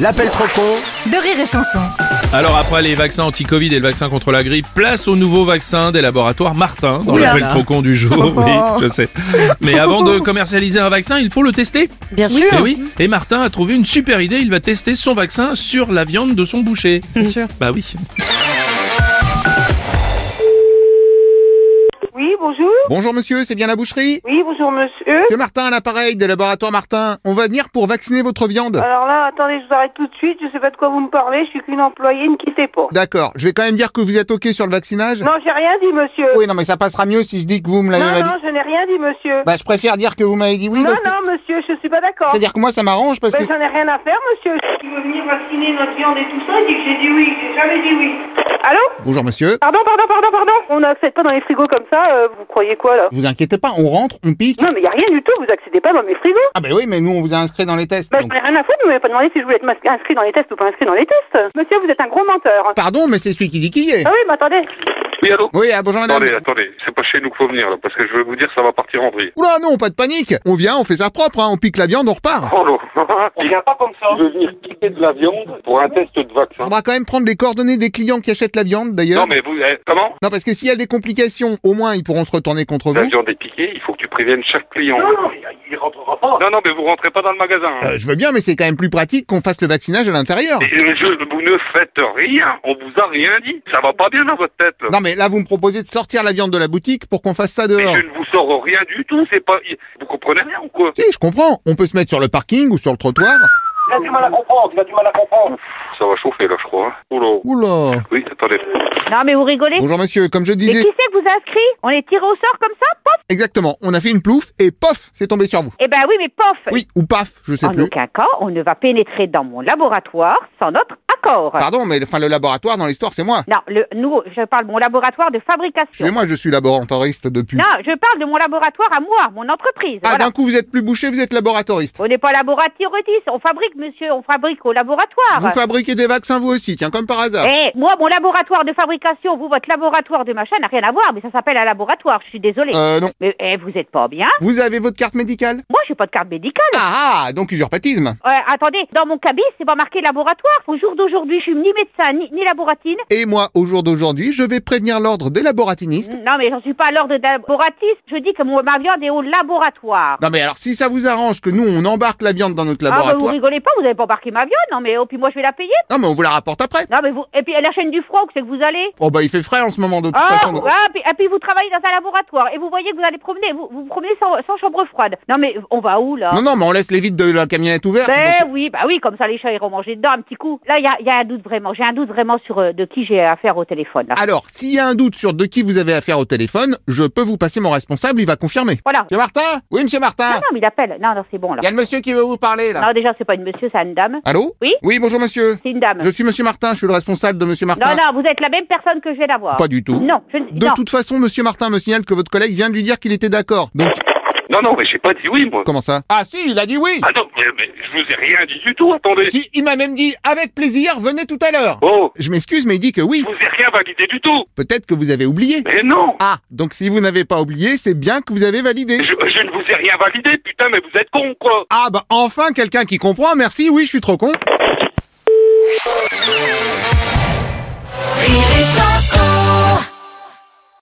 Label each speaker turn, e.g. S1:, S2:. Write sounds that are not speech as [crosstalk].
S1: L'appel trop con
S2: de rire et chanson.
S3: Alors après les vaccins anti-Covid et le vaccin contre la grippe, place au nouveau vaccin des laboratoires Martin dans
S2: Oula.
S3: l'appel trop con du jour. Oui, je sais. Mais avant de commercialiser un vaccin, il faut le tester.
S2: Bien sûr.
S3: Et oui. Et Martin a trouvé une super idée. Il va tester son vaccin sur la viande de son boucher. Bien sûr. Bah oui.
S4: Oui, bonjour.
S5: Bonjour monsieur, c'est bien la boucherie
S4: Oui, bonjour,
S5: [laughs]
S4: monsieur.
S5: Monsieur Martin à l'appareil des laboratoires Martin. On va venir pour vacciner votre viande.
S4: Alors là, attendez, je vous arrête tout de suite. Je sais pas de quoi vous me parlez. Je suis qu'une employée, ne quittez
S5: [laughs]
S4: pas.
S5: D'accord, je vais quand même dire que vous êtes ok sur le vaccinage
S4: Non, j'ai rien dit, monsieur.
S5: Oui, non mais ça passera mieux si je dis que vous me l'avez
S4: non,
S5: pas
S4: non,
S5: dit.
S4: je n'ai rien dit, monsieur.
S5: Bah je préfère dire que vous m'avez dit oui
S4: non,
S5: parce que...
S4: non, monsieur, je suis pas d'accord.
S5: C'est-à-dire que moi ça m'arrange parce
S4: Ben,
S5: que...
S4: j'en ai rien à faire, monsieur. Il veut venir vacciner notre viande et tout ça, il dit que j'ai dit oui. J'ai jamais dit oui. Allô
S5: Bonjour monsieur.
S4: Pardon, pardon, pardon, pardon. On n'accède pas dans les frigos comme ça. euh, vous croyez quoi, là
S5: Vous inquiétez pas, on rentre, on pique.
S4: Non, mais y a rien du tout. Vous accédez pas dans mes frigos.
S5: Ah bah oui, mais nous on vous a inscrit dans les tests.
S4: Ben,
S5: donc-
S4: j'en ai rien à foutre. Vous m'avez pas demandé si je voulais être mas- inscrit dans les tests ou pas inscrit dans les tests. Monsieur, vous êtes un gros menteur.
S5: Pardon, mais c'est celui qui dit qui est.
S4: Ah oui, mais attendez.
S6: Oui, allô
S5: Oui, ah, bonjour madame.
S6: Attendez, attendez, c'est pas chez nous qu'il faut venir là, parce que je vais vous dire, ça va partir en vrille.
S5: Oula non, pas de panique. On vient, on fait ça propre, hein, on pique la viande, on repart.
S6: [laughs] Oh là Il vient pas comme ça Je vais venir piquer de la viande pour un test de vaccin.
S5: Faudra quand même prendre les coordonnées des clients qui achètent la viande d'ailleurs.
S6: Non mais vous, eh, comment
S5: Non, parce que s'il y a des complications, au moins ils pourront se retourner contre
S6: La
S5: vous.
S6: viande est piquée, il faut que tu préviennes chaque client. Non, non, il rentrera pas Non, non, mais vous rentrez pas dans le magasin. hein.
S5: Euh, je veux bien, mais c'est quand même plus pratique qu'on fasse le vaccinage à l'intérieur.
S6: Et je- vous ne faites rien, on vous a rien dit. Ça va pas bien dans votre tête là.
S5: Non, mais là, vous me proposez de sortir la viande de la boutique pour qu'on fasse ça
S6: Mais
S5: dehors.
S6: je ne vous sors rien du tout, c'est pas... Vous comprenez rien ou quoi
S5: Si, je comprends. On peut se mettre sur le parking ou sur le trottoir.
S7: Il a du mal à comprendre, il a du mal à comprendre.
S6: Ça va chauffer là, je crois. hein. Oh là
S5: Oula.
S6: Oui, attendez.
S8: Non, mais vous rigolez
S5: Bonjour, monsieur. Comme je
S8: Mais qui
S5: disais,
S8: c'est que vous a inscrit On les tire au sort comme ça Pof
S5: exactement. On a fait une plouffe et pof, c'est tombé sur vous.
S8: Eh ben oui, Ah, mais pof
S5: Oui, ou paf, je sais
S8: En
S5: plus.
S8: aucun cas, on ne va pénétrer dans mon laboratoire sans notre accord.
S5: Pardon, mais enfin, le laboratoire dans l'histoire, c'est moi.
S8: Non, le, nous, je parle de mon laboratoire de fabrication.
S5: Excusez-moi, je suis laboratoriste depuis.
S8: Non, je parle de mon laboratoire à moi, mon entreprise.
S5: Ah,
S8: voilà.
S5: d'un coup, vous êtes plus bouché, vous êtes laboratoriste.
S8: On n'est pas laboratoriste, on fabrique, monsieur, on fabrique au laboratoire.
S5: Vous fabriquez des vaccins, vous aussi, tiens, comme par hasard.
S8: Ah, Eh, moi, mon laboratoire de fabrication, vous, votre laboratoire de machin, n'a rien à voir, mais ça s'appelle un laboratoire, je suis désolée.
S5: Euh, non.
S8: Mais eh, vous êtes pas bien
S5: Vous avez votre carte médicale
S8: Moi, j'ai pas de carte médicale.
S5: Ah, ah, donc usurpatisme.
S8: Euh, attendez, dans mon cabis, c'est pas marqué laboratoire. Au jour d'aujourd'hui, je suis ni médecin, ni, ni laboratine.
S5: Et moi, au jour d'aujourd'hui, je vais prévenir l'ordre des laboratinistes.
S8: Non, mais j'en suis pas à l'ordre d'un laboratiste. Je dis que mon, ma viande est au laboratoire.
S5: Non mais alors si ça vous arrange que nous on embarque la viande dans notre
S8: Ah, bah, vous
S5: laboratoire,
S8: rigolez pas, vous avez pas embarqué ma viande. Non, mais oh, puis moi, je vais la payer.
S5: non mais on vous la rapporte après.
S8: Non, mais vous. Et puis, la chaîne du froid, où c'est que vous allez
S5: Oh bah il fait frais en ce moment de toute
S8: ah,
S5: façon. donc-
S8: ah, puis, et puis vous travaillez dans un laboratoire et vous voyez que vous allez promener, vous vous promenez sans, sans chambre froide. Non mais on va où là
S5: Non non mais on laisse les vides de la camionnette ouvertes.
S8: Ben
S5: donc-
S8: oui, bah oui, comme ça les chats iront manger dedans un petit coup. Là il y a, il y a un doute vraiment, j'ai un doute vraiment sur euh, de qui j'ai affaire au téléphone. Là.
S5: Alors s'il y a un doute sur de qui vous avez affaire au téléphone, je peux vous passer mon responsable, il va confirmer.
S8: Voilà.
S5: Monsieur Martin Oui monsieur
S8: Non
S5: Martin
S8: non mais il appelle, non non c'est bon là.
S5: Il y a le monsieur qui veut vous parler là.
S8: Non, déjà, c'est pas une monsieur, c'est une dame.
S5: Allô
S8: Ah. Oui
S5: Oui bonjour monsieur.
S8: C'est une dame.
S5: Je suis monsieur Martin, je suis le responsable de monsieur Martin.
S8: Non, non, vous êtes la même personne que je viens d'avoir.
S5: Pas du tout.
S8: Non, je ne.
S5: De
S8: non.
S5: toute façon, monsieur Martin me signale que votre collègue vient de lui dire qu'il était d'accord. Donc
S6: Non, non, mais j'ai pas dit oui, moi.
S5: comment ça Ah si, il a dit oui.
S6: Ah non, mais, mais je vous ai rien dit du tout, attendez.
S5: Si, il m'a même dit avec plaisir, venez tout à l'heure.
S6: Oh,
S5: Je m'excuse, mais il dit que oui.
S6: je vous ai rien validé du tout.
S5: Peut-être que vous avez oublié.
S6: Mais non
S5: Ah, donc si vous n'avez pas oublié, c'est bien que vous avez validé.
S6: je, je ne vous ai rien validé, putain, mais vous êtes con ou quoi
S5: Ah bah enfin quelqu'un qui comprend, merci, oui, je suis trop con.
S2: Rire et chanson.